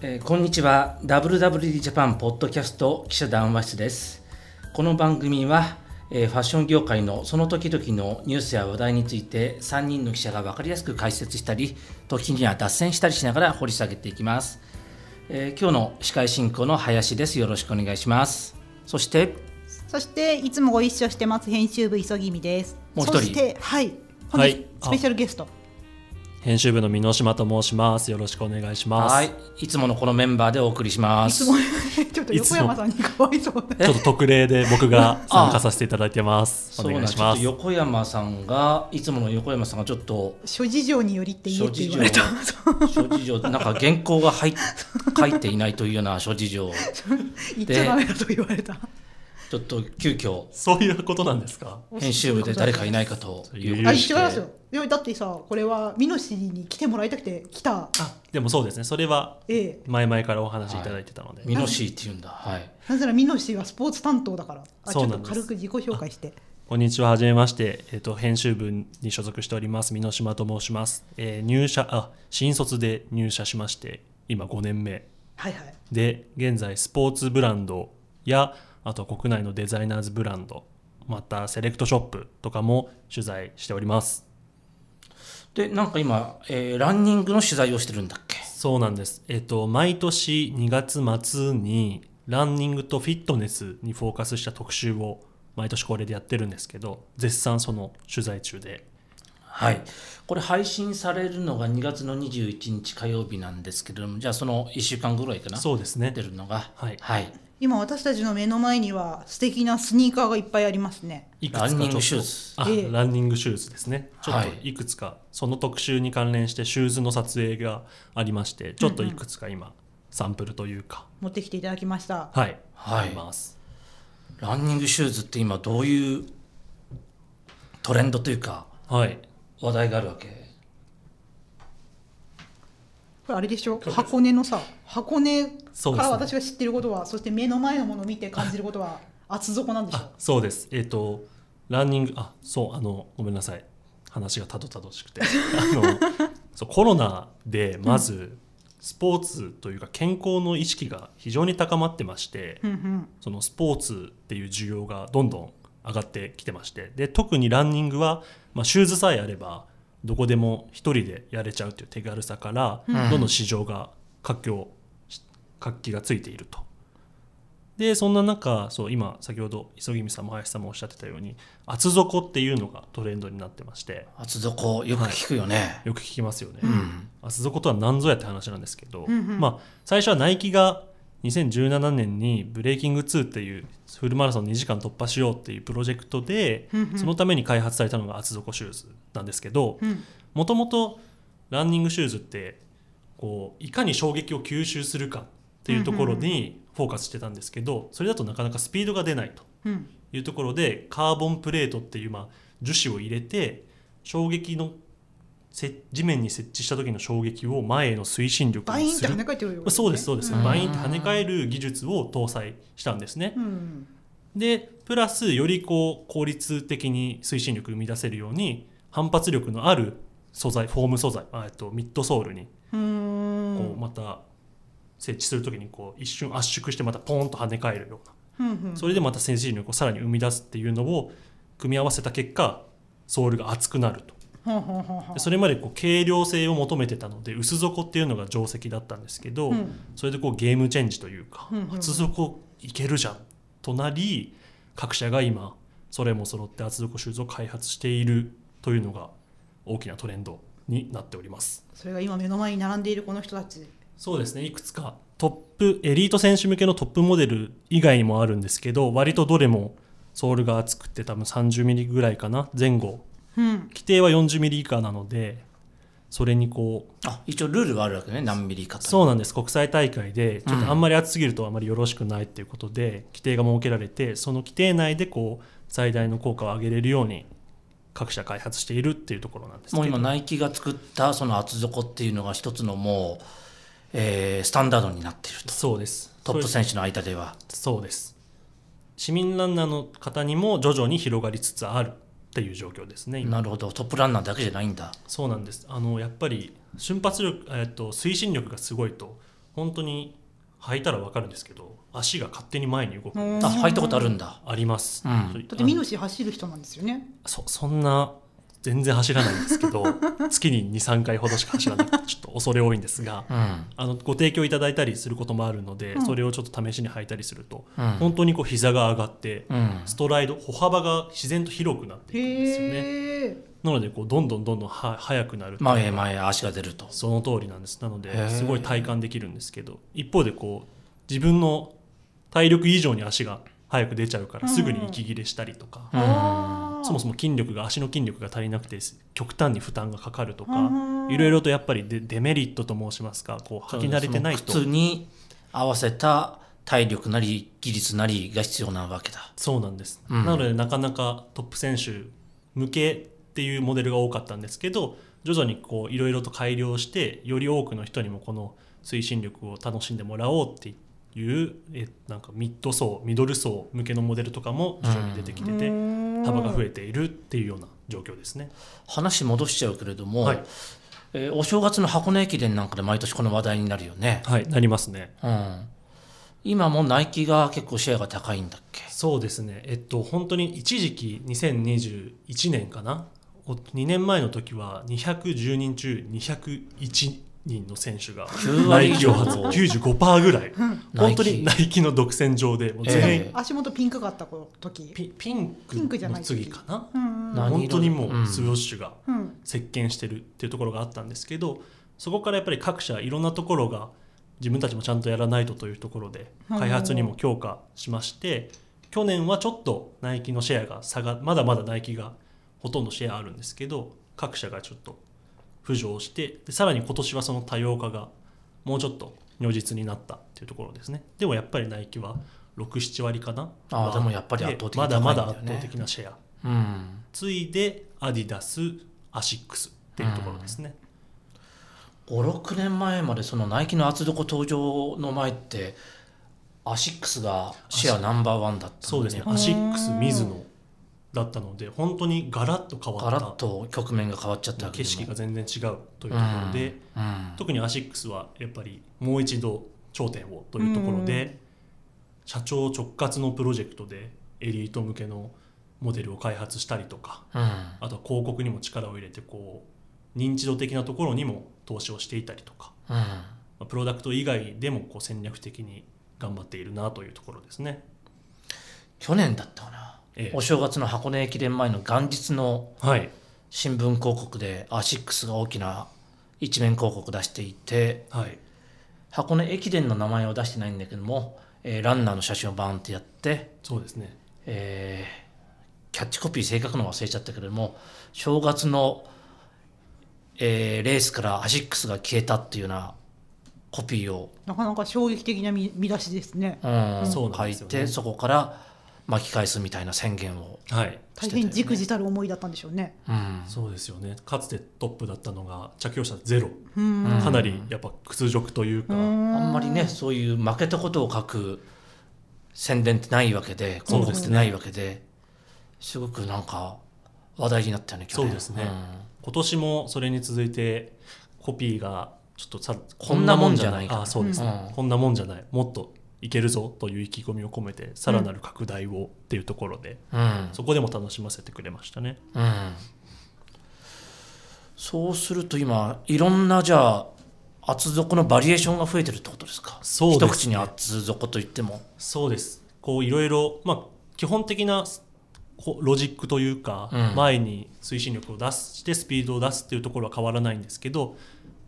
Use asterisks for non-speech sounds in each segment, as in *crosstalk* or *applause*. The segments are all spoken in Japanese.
えーこんにちは WWD ジャパンポッドキャスト記者談話室ですこの番組は、えーファッション業界のその時々のニュースや話題について3人の記者が分かりやすく解説したり時には脱線したりしながら掘り下げていきます、えー今日の司会進行の林ですよろしくお願いしますそしてそしていつもご一緒してます編集部急ぎみです。もう一人そしてはい、本はい日スペシャルゲスト。編集部の箕島と申します。よろしくお願いします。はいいつものこのメンバーでお送りしまいつすも *laughs* ちょっと横山さんにかわいそうな。ちょっと特例で *laughs* 僕が参加させていただいてます。おそう願なんでいすしちょまっとす。横山さんがいつもの横山さんがちょっと諸事情によりって言えって言われた。諸事情なんか原稿が *laughs* 入っ書いていないというような諸事情言っちゃダメだと言われた。ちょっと急遽そういうことなんですか。編集部で誰かいないかというあ、許一して緒なんですよ。でもだってさ、これはミノシに来てもらいたくて来た。あ、でもそうですね。それはええ、前々からお話しいただいてたので。ミノシーっていうんだはいなぜならミノシはスポーツ担当だから。あ、ちそょうっなとんで軽すく自己紹介して。こんにちは、はじめまして。えっ、と編集部に所属しております箕島と申します。えー入社あ新卒で入社しまして、今5年目はいはい。で現在スポーツブランドやあと国内のデザイナーズブランド、またセレクトショップとかも取材しております。でなんか今、えーランニングの取材をしてるんだっけそうなんです。えっと、毎年2月末にランニングとフィットネスにフォーカスした特集を毎年恒例でやってるんですけど、絶賛その取材中で。はいこれ配信されるのが2月の21日火曜日なんですけれどもじゃあその1週間ぐらいかなそうですね出。るのがはいはい、今私たちの目の前には素敵なスニーカーがいっぱいありますね。いランニングシューズあ、ええランニングシューズですね。ちょっはといいくつか、その特集に関連してシューズの撮影がありまして、ちょっといくつか今、サンプルというか、持ってきていただきました。はい、はいあります。ランニングシューズって今どういうトレンドというかはい。話題があるわけこれあれでしょ箱根のさ箱根かそうですらね私が知ってることはそ,、して目の前のものを見て感じることは厚底なんでしょあそうですえっ、とランニングあそうあのごめんなさい話がたどたどしくて *laughs* あのそうコロナでまずスポーツというか健康の意識が非常に高まってまして、うんうんそのスポーツっていう需要がどんどん上がってきてましてで特にランニングは、まあ、シューズさえあればどこでも一人でやれちゃうという手軽さから、うんどんどん市場が活況し活気がついていると。でそんな中そう今先ほど磯君さんも林さんもおっしゃってたように厚底っていうのがトレンドになってまして厚底よく聞くよね、よく聞きますよね。うん厚底とは何ぞやって話なんですけど、うんうんまあ、最初はナイキが2017年にブレイキング2っていうフルマラソン2時間突破しようっていうプロジェクトで、うんうんそのために開発されたのが厚底シューズなんですけどうんもともとランニングシューズってこういかに衝撃を吸収するかっていうところにフォーカスしてたんですけどそれだとなかなかスピードが出ないとうんいうところでカーボンプレートっていうまあ樹脂を入れて衝撃のせ地面に設置した時の衝撃を前への推進力バイにンっすて跳るね返ってるよ、そうですそうです、うんバインって跳ね返る技術を搭載したんですねう、んでプラスよりこう効率的に推進力を生み出せるように反発力のある素材フォーム素材、あえっと、ミッドソールにうーんこうまた設置する時にこう一瞬圧縮してまたポーンと跳ね返るようなうんうんそれでまた先進力をさらに生み出すっていうのを組み合わせた結果ソールが厚くなるとほんほんほんほんでそれまでこう軽量性を求めてたので薄底っていうのが定石だったんですけど、うんそれでこうゲームチェンジというか、うんうんうん厚底いけるじゃんとなり各社が今それも揃って厚底シューズを開発しているというのが大きなトレンドになっておりますそれが今目の前に並んでいるこの人たちそうですねいくつかトップエリート選手向けのトップモデル以外にもあるんですけど割とどれもソールが厚くて多分3 0ミリぐらいかな前後うん規定は4 0ミリ以下なのでそれにこうあ一応ルールはあるわけね何ミリかとそうなんです国際大会でちょっとあんまり暑すぎるとあまりよろしくないっていうことで、規定が設けられてその規定内でこう最大の効果を上げれるように各社開発しているっていうところなんですけどもう今ナイキが作ったその厚底っていうのが一つのもう、えースタンダードになっているとそうですトップ選手の間ではそうです市民ランナーの方にも徐々に広がりつつあるっていう状況ですね今なるほどトップランナーだけじゃないんだそうなんですあのやっぱり瞬発力、えっと、推進力がすごいと本当に履いたらわかるんですけど足が勝手に前に動くうんあ入ったことあるんだあります、うんそれだってミノシ走る人なんですよねそそんな全然走らないんですけ *laughs* ど月に23回ほどしか走らなくてちょっと恐れ多いんですがうんあのご提供いただいたりすることもあるので、うんそれをちょっと試しに履いたりすると、うん本当にこう膝が上がって、うんストライド歩幅が自然と広くなっていくんですよねへえなのでこうどんどんどんどんは速くなる前へ前へ足が出るとその通りなんですなのへーですごい体感できるんですけど一方でこう自分の体力以上に足が速く出ちゃうからうんすぐに息切れしたりとか、うんそもそも筋力が足の筋力が足りなくて極端に負担がかかるとかうんいろいろとやっぱりデデメリットと申しますかこう履き慣れてないとその靴に合わせた体力なり技術なりが必要なわけだそうなんです、うんなのでなかなかトップ選手向けっていうモデルが多かったんですけど徐々にこういろいろと改良してより多くの人にもこの推進力を楽しんでもらおうっていうえなんかミッド層ミドル層向けのモデルとかも徐々に出てきてて、幅が増えているっていうような状況ですね。話戻しちゃうけれども、はい、えーお正月の箱根駅伝なんかで毎年この話題になるよね、はい、なりますね。うん、今もナイキが結構シェアが高いんだっけそうですね、えっと、本当に一時期2021年かな2年前の時は210人中201人の選手が9ナ割イ以キを上発95%ぐらいキ本当にナイキの独占上でもう全員ええ足元ピンクかった時ピピンピンククじゃなのい次かなうんうん何色本当にもんうスウォッシュがうん席巻してるっていうところがあったんですけどそこからやっぱり各社いろんなところが自分たちもちゃんとやらないとというところでうん開発にも強化しまして去年はちょっとナイキのシェアが下がまだまだナイキがほとんどシェアあるんですけど各社がちょっと浮上してでさらに今年はその多様化がもうちょっと如実になったっていうところですねでもやっぱりナイキは67割かなあーまでもやっぱり圧倒的に高いんまだよだねまだ圧倒的なシェアうん、ついでアディダスアシックスっていうところですね、 56年前までそのナイキの厚底登場の前ってアシックスがシェアナンバーワンだったそうのですねアシックスミズノだったので本当にガラッと変ガラわッっと局面が変わっちゃったたわけ景でも色が全然違うというところで、うんうん特にアシックスはやっぱりもう一度頂点をというところで、社長直轄のプロジェクトでエリート向けのモデルを開発したりとかうんあとは広告にも力を入れてこう認知度的なところにも投資をしていたりとかうんまあプロダクト以外でもこう戦略的に頑張っているなというところですね。去年だったかな、ええお正月の箱根駅伝前の元日のはい、新聞広告でアシックスが大きな一面広告出していてはい、箱根駅伝の名前を出してないんだけども、えーランナーの写真をバーンってやって、そうですね。えーキャッチコピー正確なの忘れちゃったけれども正月の、えーレースからアシックスが消えたっていうようなコピーを、なかなか衝撃的な見見出しですねうんそうなん書でいすよねてそこから巻き返すみたいな宣言を、はい、大変じくじたる思いだったんでしょうねうんそうですよね。かつてトップだったのが着用者ゼロ、うんうんかなりやっぱ屈辱というか、あんまりねそういう負けたことを書く宣伝ってないわけでそう広で告っすねてないわけですごくなんか話題になったよね去そう年ですね。今年もそれに続いてコピーがちょっとさこんなもんじゃないあ、そうですね、うんこんなもんじゃない。もっといけるぞという意気込みを込めてさらなる拡大をっていうところで、うん、うんそこでも楽しませてくれましたね。うんそうすると今いろんなじゃあ厚底のバリエーションが増えてるってことですかそうですね一口に厚底といってもそうですこういろいろまあ基本的なこうロジックというか、うん前に推進力を出すしてスピードを出すっていうところは変わらないんですけど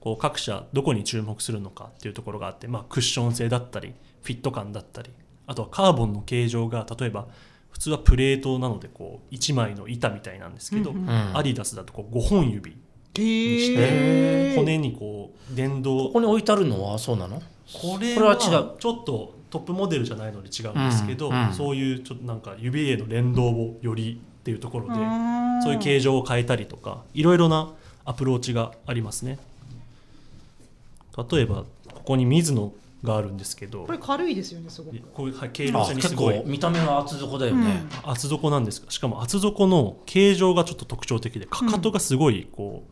こう各社どこに注目するのかっていうところがあって、まあ、クッション性だったりフィット感だったりあとはカーボンの形状が例えば普通はプレートなのでこう1枚の板みたいなんですけど、うんうんアディダスだとこう5本指にしへてー骨にこう電動ここに置いてあるのはそうなのこれこれはは違ちょっとトップモデルじゃないので違うんですけど、うんうんそういうちょっとなんか指への連動をよりっていうところで、んそういう形状を変えたりとかいろいろなアプローチがありますね例えばここに水野があるんですけどこれ軽いですよねすごくこういうはい軽量あ車にす結ご構い見た目は厚底だよね、厚底なんですがしかも厚底の形状がちょっと特徴的でかかとがすごいこ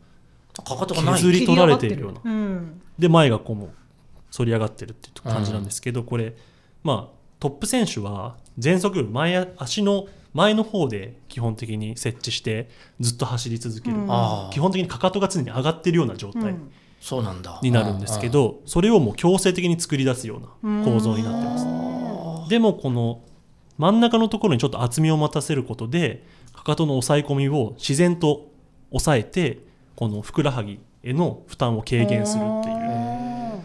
う、かかとがない削り取られているようなうんで前がこうも反り上がってるっていう感じなんですけど、これ、まあ、トップ選手は全速より前足の前の方で基本的に設置してずっと走り続ける、うんああ基本的にかかとが常に上がってるような状態うんそうなんだになるんですけど、それをもう強制的に作り出すような構造になってます。でもこの真ん中のところにちょっと厚みを持たせることでかかとの抑え込みを自然と抑えてこのふくらはぎへの負担を軽減するっていう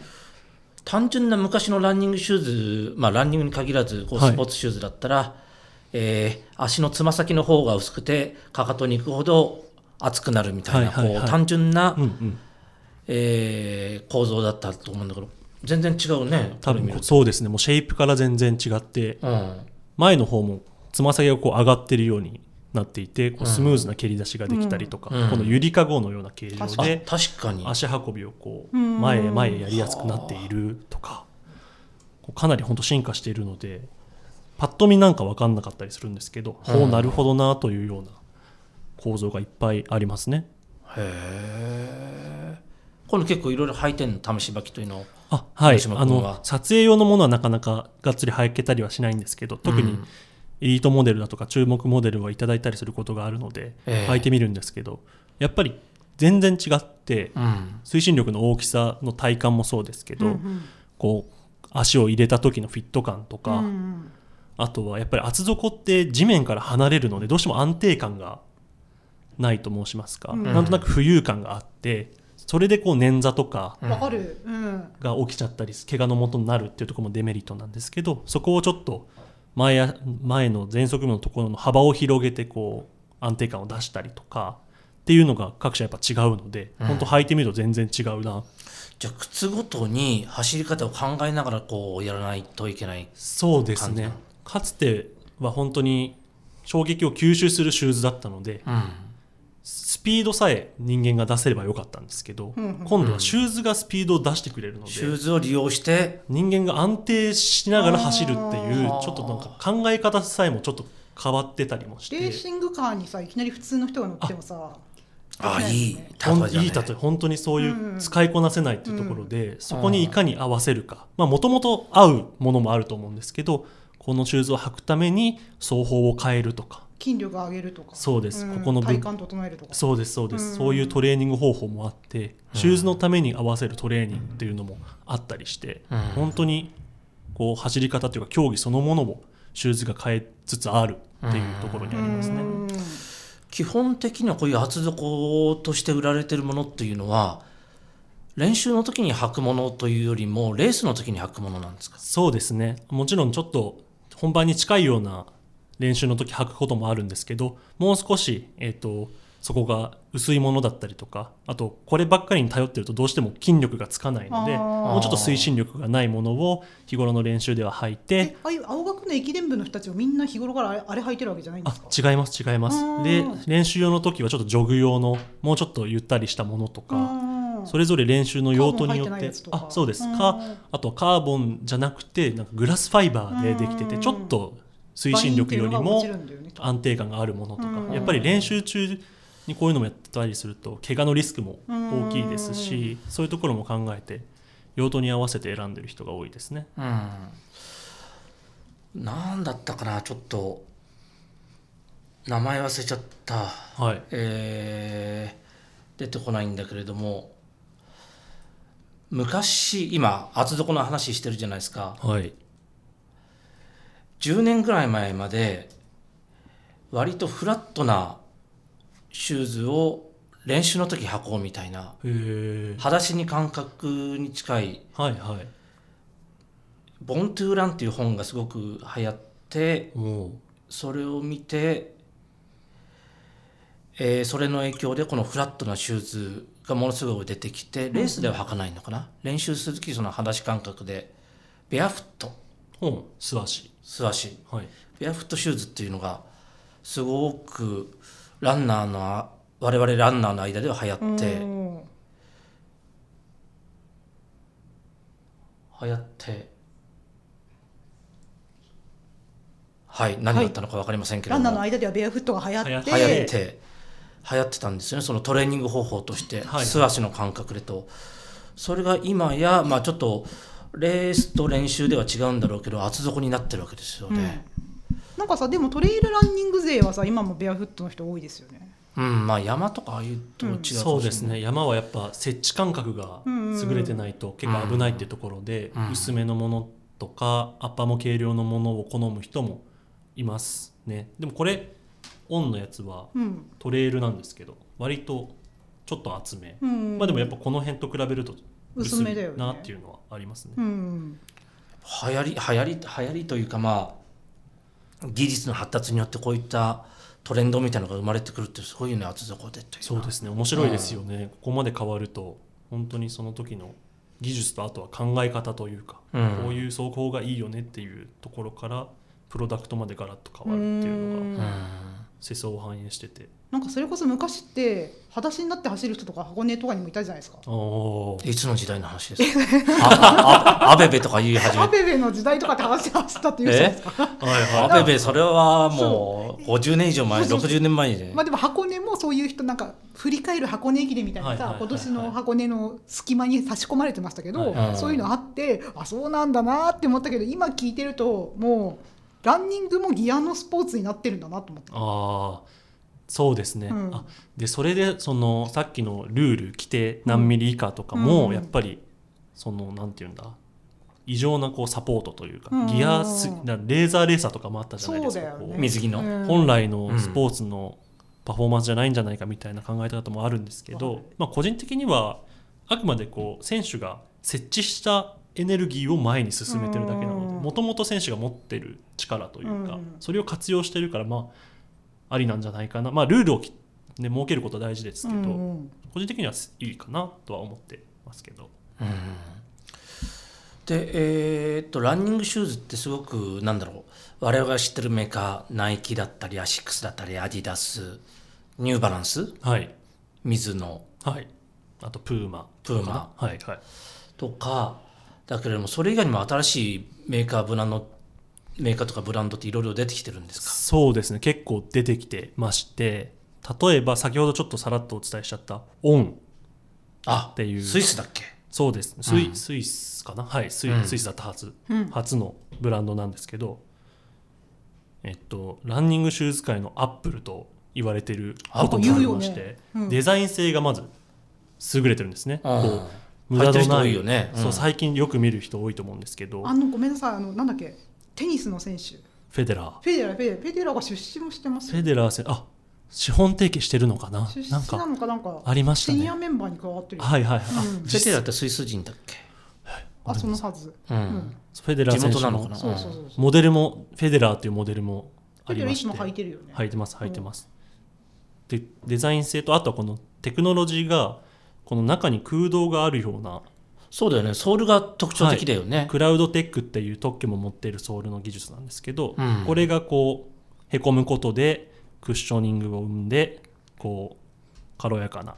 単純な昔のランニングシューズ、まあ、ランニングに限らずこうはいスポーツシューズだったら、えー足のつま先の方が薄くてかかとに行くほど厚くなるみたいな、はいはいはいこう単純な、うんうん、えー構造だったと思うんだけど全然違うね多これ見る分とそうですねもうシェイプから全然違ってうん前の方もつま先がこう上がってるようになっていてこうスムーズな蹴り出しができたりとか、うんこのゆりかごのような形状確あで確かに足運びをこううん前へ前へやりやすくなっているとかこうかなり本当進化しているのでパッと見なんか分かんなかったりするんですけど、うんほうなるほどなというような構造がいっぱいありますね。へえ今度結構いろいろ履いてんの試し履きというのをあはい大島、あ君はの撮影用のものはなかなかがっつり履けたりはしないんですけど特うにんエリートモデルだとか注目モデルはいただいたりすることがあるので、ええ履いてみるんですけどやっぱり全然違って、うん推進力の大きさの体感もそうですけど、うんうんこう足を入れた時のフィット感とか、うんうんあとはやっぱり厚底って地面から離れるのでどうしても安定感がないと申しますか、うんなんとなく浮遊感があってそれでこう捻挫とかわかる、うん、が起きちゃったり怪我の元になるっていうところもデメリットなんですけどそこをちょっと前や前の前足部のところの幅を広げてこう安定感を出したりとかっていうのが各社やっぱ違うので、うん本当履いてみると全然違うなじゃあ靴ごとに走り方を考えながらこうやらないといけないそうです感じなねのかつては本当に衝撃を吸収するシューズだったのでうんスピードさえ人間が出せればよかったんですけど、うんうん今度はシューズがスピードを出してくれるので、シューズを利用して人間が安定しながら走るっていうちあーょっとなんか考え方さえもちょっと変わってたりもしレーてシングカーにさいきなり普通の人が乗ってもさああねいいほんだねいい例え本当にそういううん使いこなせないっていうところで、そこにいかに合わせるかもともと合うものもあると思うんですけどこのシューズを履くために走法を変えるとか筋力上げるとかそうですんここの部体幹整えるとかそうですそうです、うんそういうトレーニング方法もあって、うんシューズのために合わせるトレーニングっていうのもあったりして、うん本当にこう走り方というか競技そのものもシューズが変えつつあるっていうところにありますね、うん基本的にはこういう厚底として売られてるものっていうのは練習の時に履くものというよりもレースの時に履くものなんですかそうですねもちろんちょっと本番に近いような練習の時履くこともあるんですけどもう少し、えー、とそこが薄いものだったりとかあとこればっかりに頼ってるとどうしても筋力がつかないのであーもうちょっと推進力がないものを日頃の練習では履いてえああいう青学の駅伝部の人たちはみんな日頃からあれあれ履いてるわけじゃないんであすか違います違いまうすんで練習用の時はちょっとジョグ用のもうちょっとゆったりしたものとかうんそれぞれ練習の用途によカーボン入ってないっやてつとかあそうですうんかあとはカーボンじゃなくてなんかグラスファイバーでできてうてんちょっと推進力よりバインっもていうのが落ちるんだよね安定感があるものとうんかやっぱり練習中にこういうのもやってたりすると怪我のリスクも大きいですしそういうところも考えて用途に合わせて選んでる人が多いですねうんなんだったかなちょっと名前忘れちゃったはいえー出てこないんだけれども昔今厚底の話してるじゃないですかはい10年ぐらい前まで割とフラットなシューズを練習の時履こうみたいなへー裸足に感覚に近いはいはい「ボン・トゥ・ラン」っていう本がすごく流行ってもうそれを見て、えーそれの影響でこのフラットなシューズがものすごく出てきてレースでは履かないのかな練習する時その裸足感覚でベアフット本素足素足はいベアフットシューズっていうのがすごくランナーの我々ランナーの間では流行ってうん流行ってはい何だったのか分かりませんけれラどンも、ナーの間ではベアフットが流行って流流行って流行ってたんですよねそのトレーニング方法としてはい素足の感覚でと、それが今やまあちょっとレースと練習では違うんだろうけど厚底になってるわけですよね。なんかさでもトレイルランニング勢はさ今もベアフットの人多いですよねうん、まあ山とかああいうと違うかもしれないそうです。ね山はやっぱ設置感覚が優れてないと結構危ないってところで、うんうん薄めのものとかアッパーも軽量のものを好む人もいますねでもこれオンのやつはうん、トレイルなんですけど割とちょっと厚め、うん、まあでもやっぱこの辺と比べると薄薄めだよいねなっていうのはありますねうん流行り流行り流行りというかまあ技術の発達によってこういったトレンドみたいなのが生まれてくるってすごいよね厚底でというそうですすね面白いですよね、ここまで変わると本当にその時の技術とあとは考え方というか、うんこういう走行がいいよねっていうところからプロダクトまでガラッと変わるっていうのがううんん世相を反映しててなんかそれこそ昔って裸足になって走る人とか箱根とかにもいたじゃないですかおーいつの時代の話ですか *laughs* あああアベベとか言い始アめてベベの時代とかって走って走ったって言うじゃないですかはいアはいベベそれはもう50年以上前60年前でまあでも箱根もそういう人なんか振り返る箱根駅伝みたいなはいはいさはい今はい年の箱根の隙間に差し込まれてましたけど、はいはいそういうのあってあそうなんだなって思ったけど今聞いてるともうランニングもギアのスポーツになってるんだなと思って。あーそうですね、うんあでそれでそのさっきのルール規定何ミリ以下とかも、うんやっぱりそのなんていうんだ異常なこうサポートというか、うんギアすなレーザーレーサーとかもあったじゃないですそかうだよねこう水着の、うん本来のスポーツのパフォーマンスじゃないんじゃないかみたいな考え方もあるんですけど、はいまあ、個人的にはあくまでこう選手が設置したエネルギーを前に進めてるだけなのでうんもともと選手が持ってる力というか、うんそれを活用してるからまあありなんじゃないかな、まあ、ルールをき、ね、設けることは大事ですけど、うんうん個人的にはすいいかなとは思ってますけど。うんでえーっとランニングシューズってすごくなんだろう我々が知ってるメーカーナイキだったりアシックスだったりアディダスニューバランスはい、ミズノはい、あとプーマプーマはいはいとかだけれどもそれ以外にも新しいメーカーブランドメーカーとかブランドっていろいろ出てきてるんですかそうですね結構出てきてまして例えば先ほどちょっとさらっとお伝えしちゃったオンあっていうスイスだっけそうですねスイ,、うんスイスかなはいスイ,、うんスイスだったはず、うん初のブランドなんですけどえっとランニングシューズ界のアップルと言われてることになりまあして、言うよねうんデザイン性がまず優れてるんですね、こううん無駄入ってるの人な多いいよねそううん最近よく見る人多いと思うんですけどあのごめんなさいあのなんだっけテニスの選手フェデラーフェデラーフェデラーフェデラーが出資もしてますフェよデラー選あ資本提携してるのかな出資なんなかのかなんかありましたシニねアメンバーに加わってるよはいはいはい、うんあセ実テ際ラってスイス人だっけあそのはずうん、んフェデラー選手地元なのかなそうそうそうそうモデルもフェデラーというモデルもフあェりデラーまいしつても履いてるよね履いてます履いてます、でデザイン性とあとはこのテクノロジーがこの中に空洞があるようなそうだよねソールが特徴的だよね、クラウドテックっていう特許も持っているソールの技術なんですけど、うんこれがこうへこむことでクッショニングを生んでこう軽やかな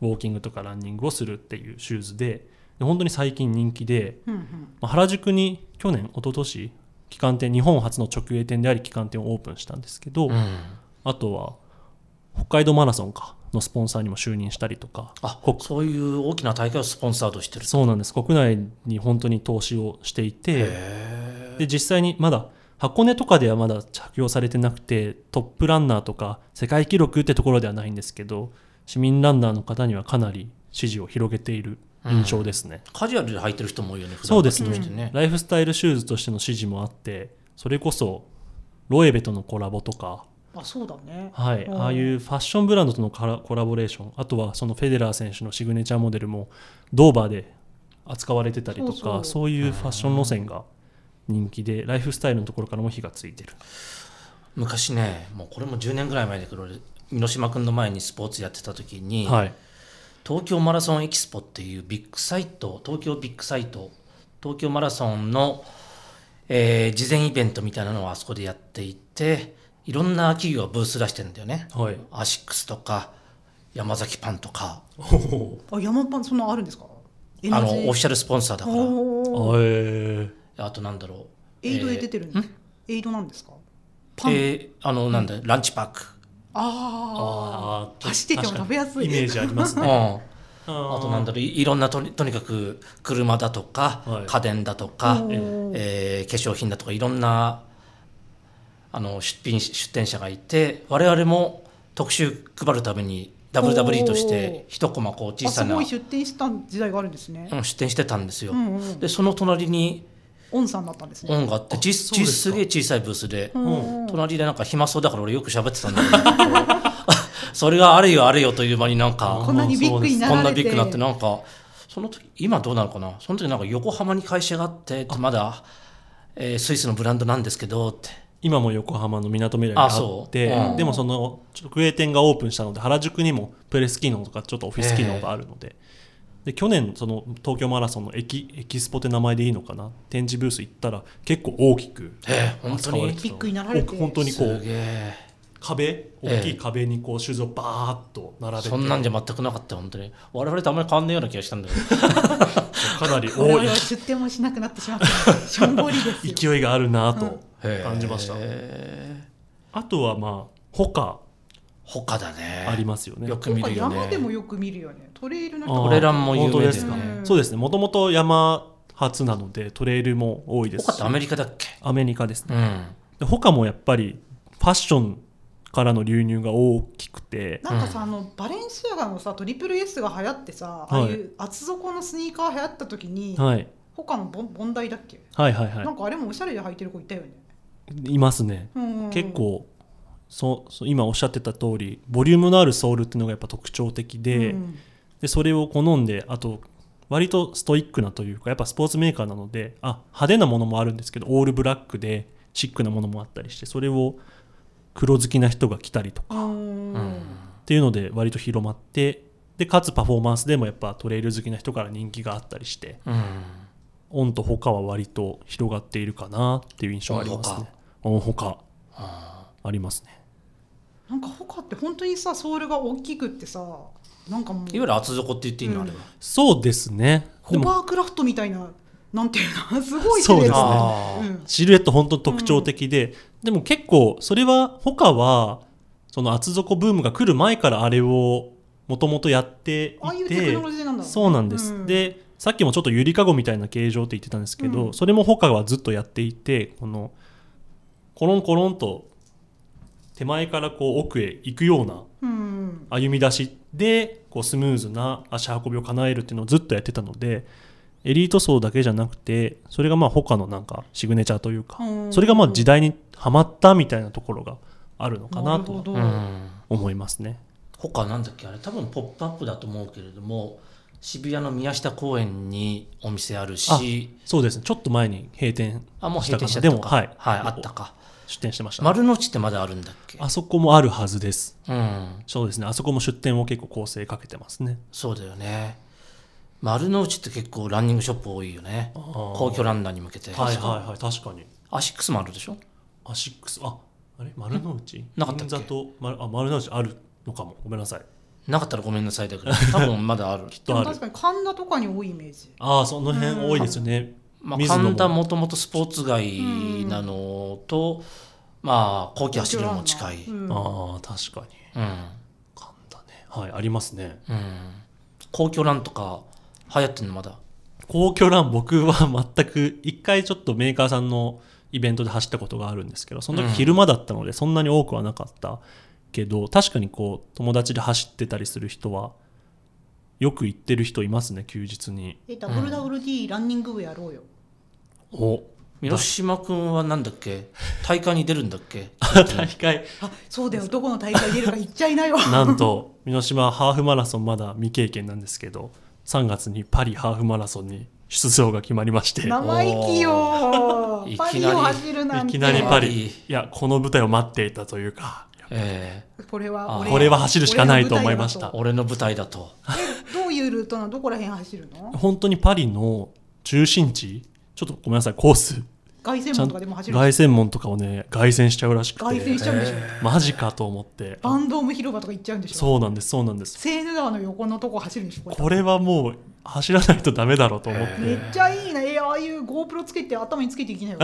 ウォーキングとかランニングをするっていうシューズでで本当に最近人気でうんうんまあ原宿に去年一昨年旗艦店日本初の直営店であり旗艦店をオープンしたんですけど、うんあとは北海道マラソンかのスポンサーにも就任したりとかあ国そういう大きな大会をスポンサードしてるそうなんです国内に本当に投資をしていてへで実際にまだ箱根とかではまだ着用されてなくてトップランナーとか世界記録ってところではないんですけど市民ランナーの方にはかなり支持を広げている印象ですね、ーカジュアルで履いてる人も多いよねそうです普段ね履いてる人ねライフスタイルシューズとしての支持もあってそれこそロエベとのコラボとか、あそうだねはいうんああいうファッションブランドとのカラコラボレーションあとはそのフェデラー選手のシグネチャーモデルもドーバーで扱われてたりとかそそううそういうファッション路線が人気でライフスタイルのところからも火がついてる昔ねもうこれも10年ぐらい前だけど俺箕島君の前にスポーツやってた時に、はい東京マラソンエキスポっていうビッグサイト東京ビッグサイト東京マラソンの、えー事前イベントみたいなのをあそこでやっていていろんな企業がブース出してるんだよねはいアシックスとか山崎パンとかあ山パンそんなのあるんですかあのオフィしシャルスポンサーだかおーあえーらあとなんだろうエイドで出てるんですエイドなんですかパンえーあのなんだ、ランチパックあああー走ってても食べやすい確かにイメージありますねうん *laughs* ああとなんだろういいろんなとにとにかく車だとか、はい家電だとか、おーえー化粧品だとかいろんなあの出品出店者がいて我々も特集配るために WWE として一コマこう小あさすなごい出店した時代があるんですねう。ん出店してたんですよ。うんうんでその隣にオンさんだったんですね。音があってあちそうちですかすげえ小さいブースで、うんうん隣でなんか暇そうだから俺よく喋ってたんだけど *laughs* それがあれよあれよという間になんかこんなにビッグにならこれてんなビッグになってなんかその時今どうなのかなその時なんか横浜に会社があってってまだ、えースイスのブランドなんですけどって今も横浜のみなとみらいにああそうってうんでもその直営店がオープンしたので原宿にもプレス機能とかちょっとオフィス機能があるので,、で去年その東京マラソンのエキエキスポって名前でいいのかな展示ブース行ったら結構大きくえー本当扱われにてたビッグになられて本当にすこげうえ壁ええ大きい壁にこうシューズをバーッと並べてそんなんじゃ全くなかったよ本当に我々とあんまり変わんないような気がしたんだけどかなり我多 *laughs* 々いは出店もしなくなってしまった。しょんぼりですよ。勢いがあるなとへえ感じました、へえあとはまあ他他だねありますよね、よく見るよなんか山ねでもよく見るよね。トレイルなんあーかトレランも有名本当ですだか、よねうんそうですねもともと山発なのでトレイルも多いです他しってアメリカだっけアメリカですねうんで他もやっぱりファッションからの流入が大きくてなんかさ、あのバレンシアガのさトリプル S が流行ってさ、ああいう厚底のスニーカー流行った時に、はい他のボンボンダイだっけ、はいはいはなんかあれもおしゃれで履いてる子いたよね、いいますねうんうん結構そうそう今おっしゃってた通りボリュームのあるソールっていうのがやっぱ特徴的で,、うんでそれを好んであと割とストイックなというかやっぱスポーツメーカーなのであ派手なものもあるんですけどオールブラックでシックなものもあったりしてそれを黒好きな人が着たりとかうんっていうので割と広まってでかつパフォーマンスでもやっぱトレイル好きな人から人気があったりしてうんオンとホカは割と広がっているかなっていう印象がありますねオンホカありますねなんか他って本当にさソールが大きくってさなんかもういわゆる厚底って言っていいの、あれはそうですねホでもバークラフトみたいななんていうの *laughs* すごいそうですねあシルエット本当に特徴的で、でも結構それはホカはその厚底ブームが来る前からあれをもともとやっていてあいうテクノロジーなんだそうなんです、うんでさっきもちょっとゆりかごみたいな形状って言ってたんですけうど、んそれも他はずっとやっていてこのコロンコロンと手前からこう奥へ行くようなうん歩み出しでこうスムーズな足運びを叶えるっていうのをずっとやってたのでエリート層だけじゃなくてそれがまあ他のなんかシグネチャーというかうんそれがまあ時代にはまったみたいなところがあるのかなるほとどうん思いますね。他なんだっけあれ多分「ポップアップだと思うけれども渋谷の宮下公園にお店あるしそうですねちょっと前に閉店あもうした閉か店しちゃなったでかもはい、あったか出店してました丸の内ってまだあるんだっけあそこもあるはずです。うんそうですね。あそこも出店を結構構成かけてますね。そうだよね丸の内って結構ランニングショップ多いよね皇皇居ランナーに向けて、はいはいはい、確かに。アシックスもあるでしょアシックス、あ、あれ丸の内なかったっけ銀座と丸あ丸の内あるのかも。ごめんなさい。なかったらごめんなさいだけ *laughs* ど多分まだある、でとあもる確かに神田とかに多いイメージああ、その辺多いですよね。まあ、水野も神田もともとスポーツ街なのと、まあ皇居走るのも近い、うんああ、確かに。うん神田ね。はい、ありますね。うん皇居ランとか流行ってんのまだ皇居ラン、僕は全く、一回ちょっとメーカーさんのイベントで走ったことがあるんですけど、そのうん時昼間だったので、そんなに多くはなかったけど、確かにこう、友達で走ってたりする人は、よく行ってる人いますね、休日に。え WWD ランニング部やろうよ、お三島君はなんだっけ大会に出るんだっ *laughs* け大会あそうだよどこの大会出るか言っちゃいないわなんと箕島ハーフマラソンまだ未経験なんですけど3月にパリハーフマラソンに出場が決まりましてい *laughs* 生意気よおーパいきリなをり走るなんてきなりパパリリいやこの舞台を待っていたというかえこれはあ俺これは走るしかないと思いましえた俺の舞台だ *laughs* とえどういうルートなのどこら辺走るの本当にパリの中心地ちょっとごめんなさいコース凱旋ちゃ門んとかでも走る凱旋門とかをね凱旋しちゃうらしく凱旋してちゃうんでしょ、マジかと思ってバンドーム広場とか行っちゃうんでしょそうなんですそうなんですセーヌ川の横のとこ走るんでしょこれこれはもう走らないとダメだろうと思っめてっちゃいいなえああいう GoPro つけて頭につけていきなよ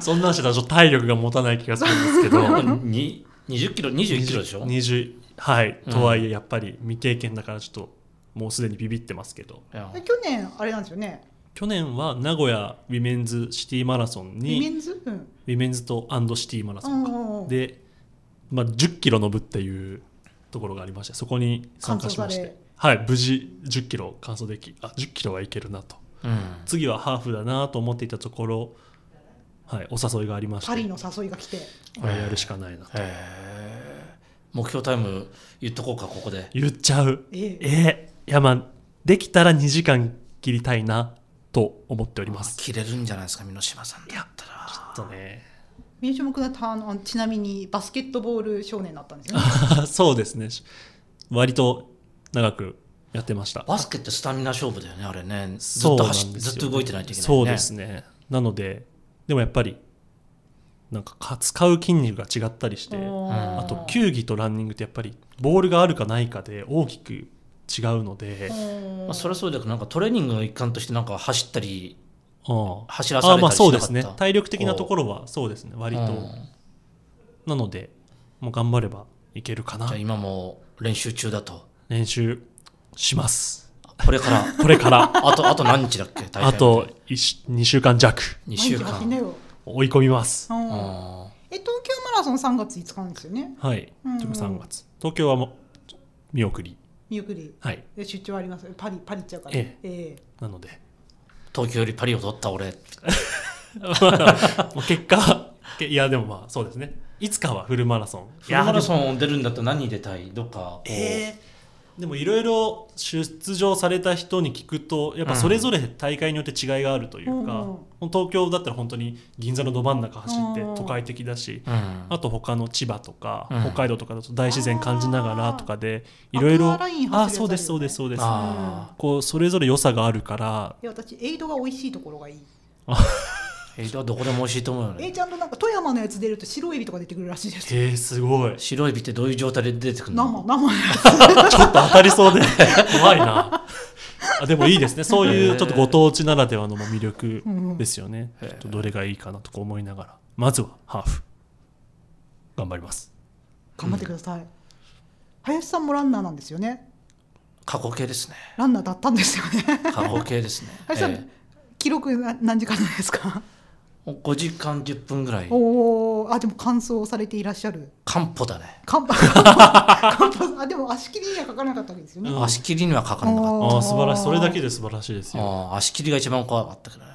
そんなんしてたらちょっと体力が持たない気がするんですけどに20キロ21キロでしょ20はい、とはいえやっぱり未経験だからちょっともうすでにビビってますけどいやえ去年あれ *laughs* なんですよね去年は名古屋ウィメンズシティマラソンメにンズ、うん、ウィメンズとアンドシティマラソンかうんうんうんで、まあ、1 0キロの部っていうところがありましてそこに参加しま完走しさてれ、はい、無事1 0キロ完走できあ1 0キロはいけるなとうん次はハーフだなと思っていたところ、はい、お誘いがありましてパリの誘いが来てこれやるしかないなとへえ目標タイム言っとこうかここで言っちゃうえええー、いやまあできたら2時間切りたいなと思っております切れるんじゃないですか箕島さんだったらちょっとね *laughs* ミュージアム君はたあのちなみにバスケットボール少年だったんですよねそうですね割と長くやってましたバスケってスタミナ勝負だよねあれねずそっうとなん走っですよずっと動いてないといけないねそうですねなのででもやっぱりなんかか使う筋肉が違ったりしておうんーあと球技とランニングってやっぱりボールがあるかないかで大きく違うので、おーまあ、それはそうだけどなんかトレーニングの一環としてなんか走ったりうん走らされたりあまあそうでしすなねかった体力的なところはそうですね割と、うんなのでもう頑張ればいけるかなじゃあ今も練習中だと練習しますこれ *laughs* からこれからあとあと何日だっけ *laughs* 大会あと2週間弱2毎日週走んだ間よ追い込みますうんあえ東京マラソン3月5日なんですよねはい、うんというか3月東京はもう見送り見送りはいで出張ありますパリパリ行っちゃうから、えええなので東京よりパリを取った俺まあもう結果けいやでもまあそうですねいつかはフルマラソンフルマランソン出るんだったら何に出たいどっかえーでもいろいろ出場された人に聞くとやっぱそれぞれ大会によって違いがあるというか、東京だったら本当に銀座のど真ん中走ってうん都会的だし、うんあと他の千葉とか、うん北海道とかだと大自然感じながらとかであーいろいろアクアライン走るやつあるよねあそうですそうですそうですあこうそれぞれ良さがあるからいや私エイドが美味しいところがいいえーどこでも美味しいと思うよエイねちゃんとなんか富山のやつ出ると白エビとか出てくるらしいですよえー、すごいち白エビってどういう状態で出てくる生の生のやょっと当たりそうで怖いなあでもいいですねそういへーうちょっとご当地ならではのも魅力うんうんですよね、へーちょっとどれがいいかなとか思いながらまずはハーフ頑張りますつ頑張ってください、林さんもランナーなんですよね過去形ですねランナーだったんですよね過去形です *laughs* ね林さん、え記録な何時間なんですかえ5時間10分ぐらいおおあでも完走されていらっしゃる漢方だねかんあでも足切りにはかからなかったわけですよね、うん足切りにはかからなかっああーあ素晴らしいそれだけで素晴らしいですたよあー足切りが一番怖かったけどね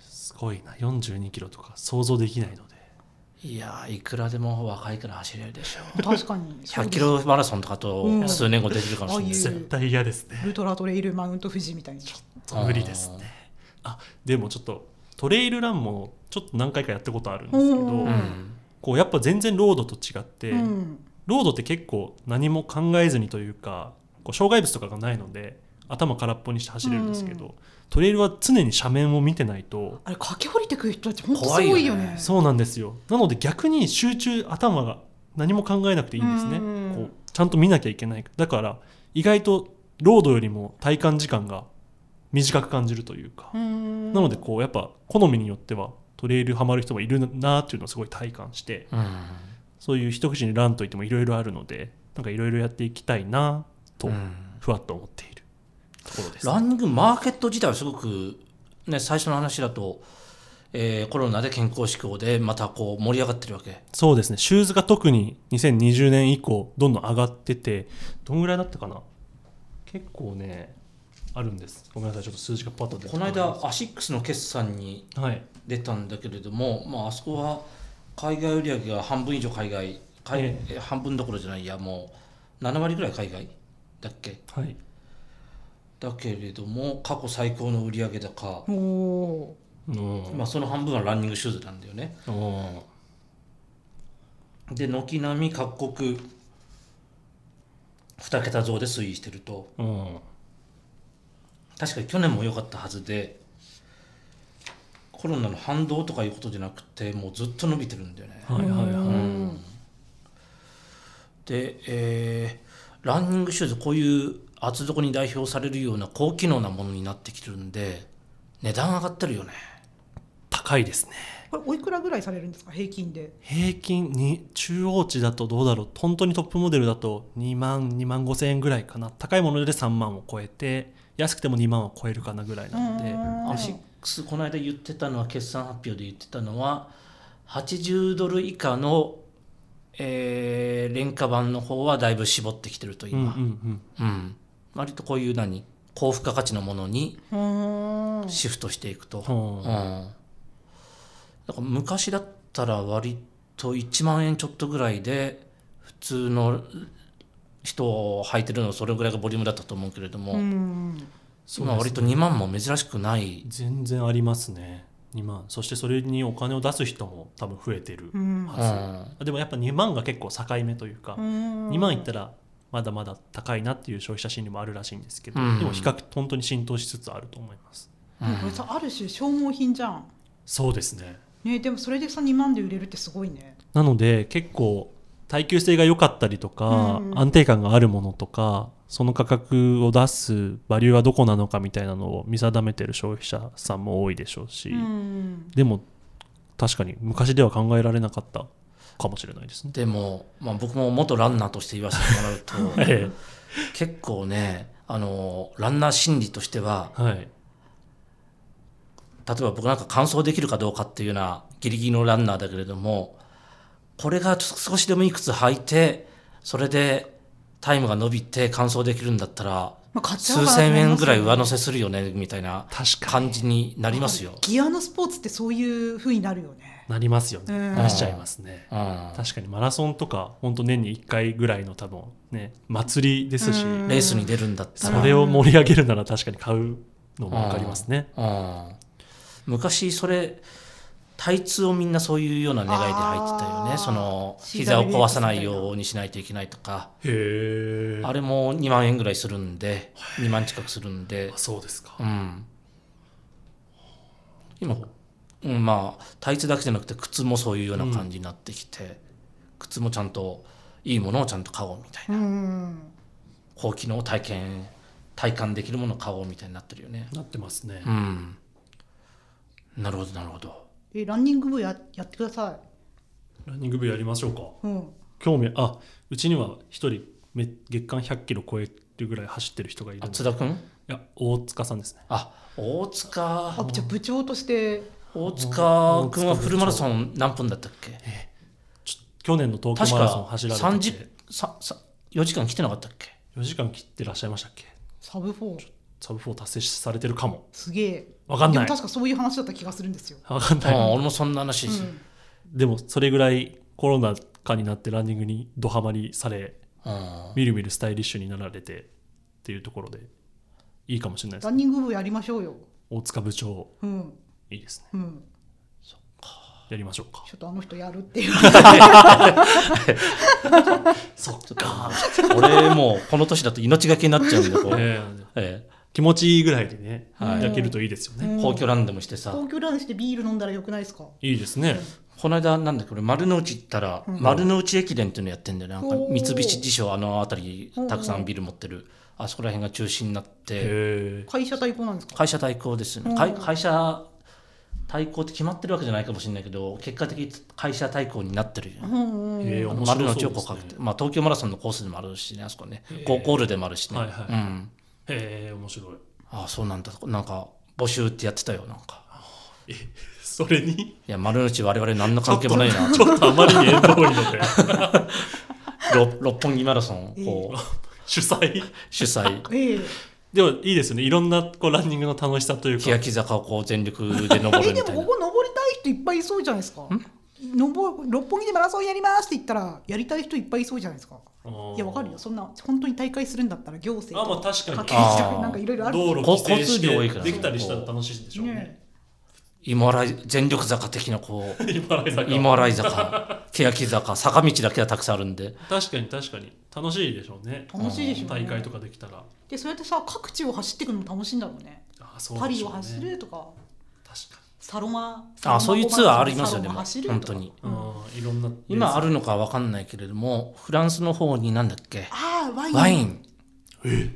すごいな42キロとか想像できないのでいやーいくらでも若いから走れるでしょう確かに100キロマラソンとかうんと数年後出てるかもしれないですうんね絶対嫌ですねウルトラトレイルマウント富士みたいに無理ですねあでもちょっとトレイルランもちょっと何回かやったことあるんですけど、うんうんこうやっぱ全然ロードと違って、うん、ロードって結構何も考えずにというかこう障害物とかがないので頭空っぽにして走れるんですけど、うトレイルは常に斜面を見てないとあれ駆け下りてくる人たち本当すごいよねそうなんですよなので逆に集中頭が何も考えなくていいんですねうんこうちゃんと見なきゃいけないだから意外とロードよりも体感時間が短く感じるというか、うんなのでこうやっぱ好みによってはトレイルハマる人もいるなっていうのをすごい体感してそういう一口にランといってもいろいろあるのでなんかいろいろやっていきたいなとうんふわっと思っているところです、ランニングマーケット自体はすごく、ね、最初の話だと、えーコロナで健康志向でまたこう盛り上がってるわけそうですねシューズが特に2020年以降どんどん上がっててどんぐらいだったかな結構ねあるんですごめんなさいちょっと数字がパッと出てこの間アシックスの決算にはい出たんだけれども、まあ、あそこは海外売上が半分以上海外海ええー半分どころじゃないいやもう7割ぐらい海外だっけはいだけれども過去最高の売上高、おおうんまあ、その半分はランニングシューズなんだよねうんで軒並み各国2桁増で推移してるとうん確かに去年も良かったはずでコロナの反動とかいうことじゃなくてもうずっと伸びてるんだよねはいはいはいで、えーランニングシューズこういう厚底に代表されるような高機能なものになってきてるんで値段上がってるよね高いですねこれおいくらぐらいされるんですか平均で平均に中央値だとどうだろう本当にトップモデルだと2万2万5千円ぐらいかな高いもので3万を超えて安くても2万を超えるかなぐらいなのでうんアシックスこの間言ってたのは決算発表で言ってたのは80ドル以下の、えー廉価版の方はだいぶ絞ってきてるとうんうんう今、うんん割とこういう何高付加価値のものにうーんシフトしていくと、うんうんだから昔だったら割と1万円ちょっとぐらいで普通の人を履いてるのそれぐらいがボリュームだったと思うけれども、うんそう今です割ねと2万も珍しくない全然ありますね2万そしてそれにお金を出す人も多分増えてるうんはうんず、でもやっぱ2万が結構境目というか、2 2万いったらまだまだ高いなっていう消費者心理もあるらしいんですけど、うんでも比較本当に浸透しつつあると思いますうんこれさある種消耗品じゃんそうですねねでもそれでさ2万で売れるってすごいねなので結構耐久性が良かったりとか、うん安定感があるものとかその価格を出すバリューはどこなのかみたいなのを見定めてる消費者さんも多いでしょうし、うんでも確かに昔では考えられなかったかもしれないですね。でも、まあ、僕も元ランナーとして言わせても *laughs* らうとえ結構ねあのランナー心理としてはえはい、例えば僕なんか完走できるかどうかっていうようなギリギリのランナーだけれどもこれが少しでもいい靴履いてそれでタイムが伸びて完走できるんだったらまあ買っちゃう数から千円ぐらい上乗せするよねみたいな確かに感じになりますよ。ギアのスポーツってそういう風になるよねなりますようねん出しちゃいますねうん、レ確かにマラソンとか本当年に1回ぐらいの多分ね祭りですし、うんースに出るんだったそら、れを盛り上げるなら確かに買うのも分かりますね、うん、昔それタイツをみんなそういうような願いで履いてたよあねーその膝を壊さないようにしないといけないとかへえあれも2万円ぐらいするんで2万近くするんでそうですか、うん今、うん、まあタイツだけじゃなくて靴もそういうような感じになってきて、靴もちゃんといいものをちゃんと買おうみたいなうん高機能を体験体感できるものを買おうみたいになってるよねなってますね、うんなるほどなるほどえランニング部ややってくださランニング部やりましょうかいうん興味あうちには一人め月間1 0 0キロ超えるぐらい走ってる人がいるあので津田君いや大塚さんですねあ大塚あじゃあ部長として大塚君はフルマラソン何分だったっけちょ去年の東確京マラソンか走られて3時ささ4時間来てなかったっけ4時間切ってらっしゃいましたっけサブ4サブ4達成されてるかもすげえわかんでなもい確かそういう話だった気がするんですよ、わかんああない俺もそんな話です、うんでもそれぐらいコロナ禍になってランニングにドハマりされみるみるスタイリッシュになられてっていうところでいいかもしれないでラすンねニング部やりましょうよ大塚部長うんいいですねうんやりましょうかちょっとあの人やるっ *laughs* ていうそっか俺もうこの年だと命がけになっちゃうんでこう、*laughs* えええ気持ちいいぐらいでね、はい焼けるといいですよね、えうん皇居ランでもしてさ、東京ランしてビール飲んだらよくないですかいいですね、この間なんだっけ俺丸の内行ったら、丸の内駅伝っていうのやってんだよねなんかおー三菱地所あの辺りたくさんビル持ってるあそこら辺が中心になってへえ会社対抗なんですか会社対抗ですね、会会社対抗って決まってるわけじゃないかもしれないけど結果的に会社対抗になってるよね、うんうんへえ面白丸のそう内をでこうすかけねて、まあ、東京マラソンのコースでもあるしねあそこねゴゴールでもあるしね、はいはいうん、へえ面白いああそうなんだなんか募集ってやってたよなんかえそれにいや丸の内我々何の関係もないなちょっとあまりに遠遠いので *laughs* 六六本木マラソンこう主催主催ええでもいいですよねいろんなこうランニングの楽しさというか欅坂をこう全力で登えるでみたいもなここ登りたい人いっぱいいそうじゃないですか登六本木でマラソンやりますって言ったらやりたい人いっぱいいそうじゃないですかあーいやわかるよそんな本当に大会するんだったら行政あまあと確かに派遣してあーなんかいろいろある道路規制して交通量多いからできたりしたら楽しいでしょうねね今ライ全力坂的なこう今井さんが今ライ坂欅坂坂道だけはたくさんあるんで確かに確かに楽しいでしょうね楽しいでしょうね大会とかできたらでそうやってさ各地を走っていくのも楽しいんだろうねあーそうパでリしをょうね走るとか確かサロマあそういうツアーありますよねね本当ににうんいろんな今あるのかわかんないけれどもフランスの方になんだっけああワインワイン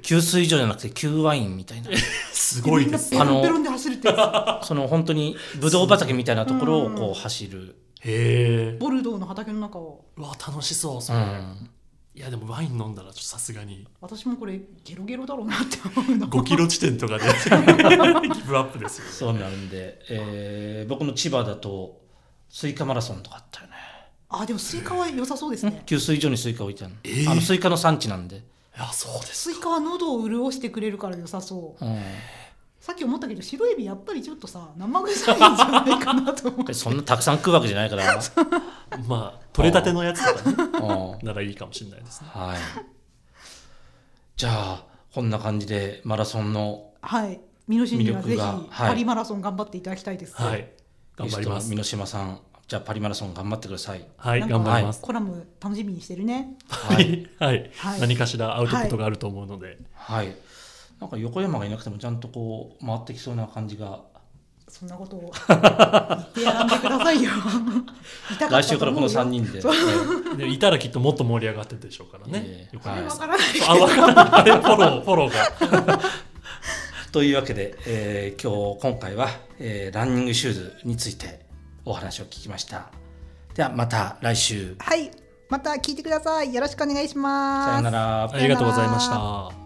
給水所じゃなくて給ワインみたい *laughs* なすごいですみんなペロンペロンで走るってやその本当にブドウ畑みたいなところをこう走る、へつえボルドーの畑の中をうわ楽しそううそんれ、いやでもワイン飲んだらちょっとさすがに私もこれゲロゲロだろうなって思うの5キロ地点とかで *laughs* ギブアップですそうよなんで、えー僕の千葉だとスイカマラソンとかあったよねあでもスイカは良さそうですね給水所にスイカ置いてあるの,、えーあのスイカの産地なんで、いやそうでスすイカは喉を潤してくれるから良さそう *laughs* うんさっき思ったけど白エビやっぱりちょっとさ生臭いんじゃないか *laughs* なと思うでそんなたくさん食うわけじゃない *laughs* から、まあ取れたてのやつとか、ね、うんならいいかもしれないですねはい。じゃあ、こんな感じでマラソンのはい美濃市にはぜ魅ひ力がはいパリマラソン頑張っていただきたいです、はい頑張りまゲストのす美濃島さん、じゃあパリマラソン頑張ってください。はいなんか頑張りますコラム楽しみにしてるねは。はいい、はいはい何かしらアウトプットがあると思うので、はい。なんか横山がいなくてもちゃんとこう回ってきそうな感じがそんなこ *laughs* とを言ってやんでくださいよ痛かったと思うよ来週からこの3人で、そうでいたらきっともっと盛り上がってるでしょうからえね、え横わ山かさんらないあ分からないあれフォローフォローがえーというわけで、えー今日今回は、えーランニングシューズについてお話を聞きましたではまた来週はいまた聞いてくださいよろしくお願いしますさようならありがとうございました。